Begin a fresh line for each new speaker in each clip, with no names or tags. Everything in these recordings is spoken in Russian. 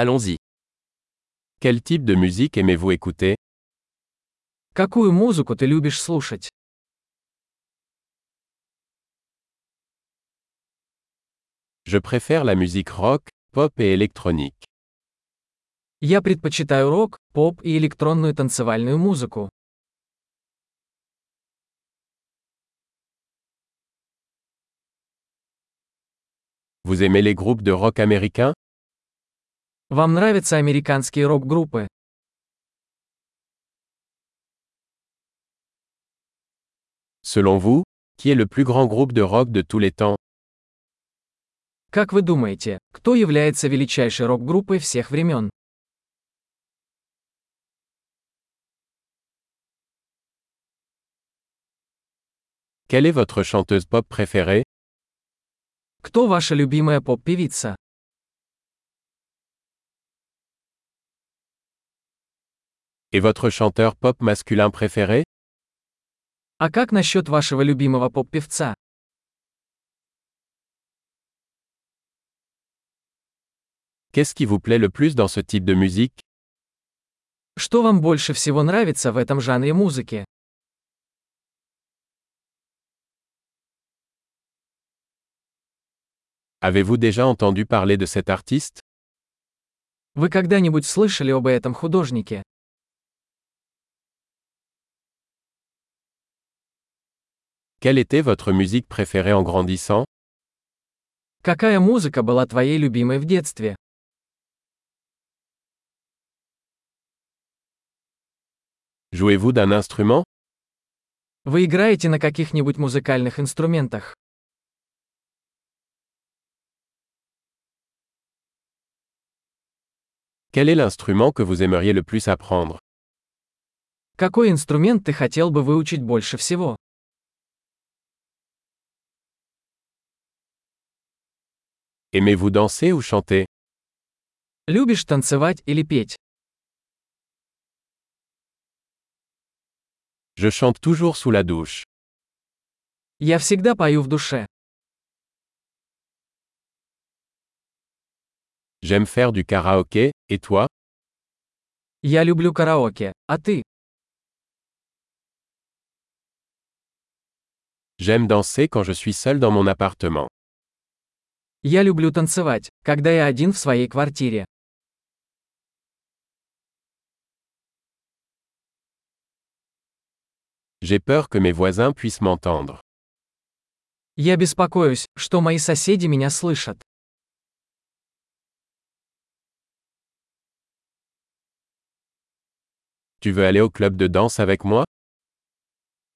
Allons-y. Quel type de musique aimez-vous écouter
Какую музыку ты любишь слушать?
Je préfère la musique rock, pop et électronique.
Я предпочитаю рок, поп и электронную танцевальную музыку.
Vous aimez les groupes de rock américains
Вам нравятся американские рок-группы?
Selon vous, qui est le plus grand groupe de rock de tous les temps
Как вы думаете, кто является величайшей рок-группой всех времен?
Quelle est votre chanteuse pop préférée
Кто ваша любимая поп-певица?
Et votre chanteur pop masculin préféré
А как насчет вашего любимого поп-певца?
Qu'est-ce qui vous plaît le plus dans ce type de musique
Что вам больше всего нравится в этом жанре музыки?
Avez-vous déjà entendu parler de cet artiste
Вы когда-нибудь слышали об этом художнике?
Quelle était votre musique préférée en grandissant
Какая музыка была твоей любимой в детстве?
Jouez-vous d'un instrument
Вы играете на каких-нибудь музыкальных инструментах?
Quel est l'instrument que vous aimeriez le plus apprendre
Какой инструмент ты хотел бы выучить больше всего?
Aimez-vous danser ou chanter
Любишь танцевать или петь?
Je chante toujours sous la douche.
Я всегда пою в душе.
J'aime faire du karaoké, et toi
Я люблю караоке. А ты?
J'aime danser quand je suis seul dans mon appartement.
Я люблю танцевать, когда я один в своей квартире.
J'ai peur que mes voisins puissent m'entendre.
Я беспокоюсь, что мои соседи меня слышат.
Tu veux aller au club de danse avec moi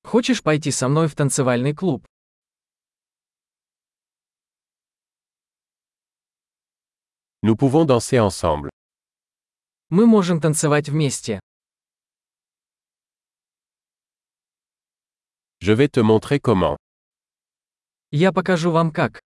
Хочешь пойти со мной в танцевальный клуб?
Nous pouvons danser ensemble.
Мы можем танцевать вместе.
Je vais te montrer comment.
Я покажу вам как.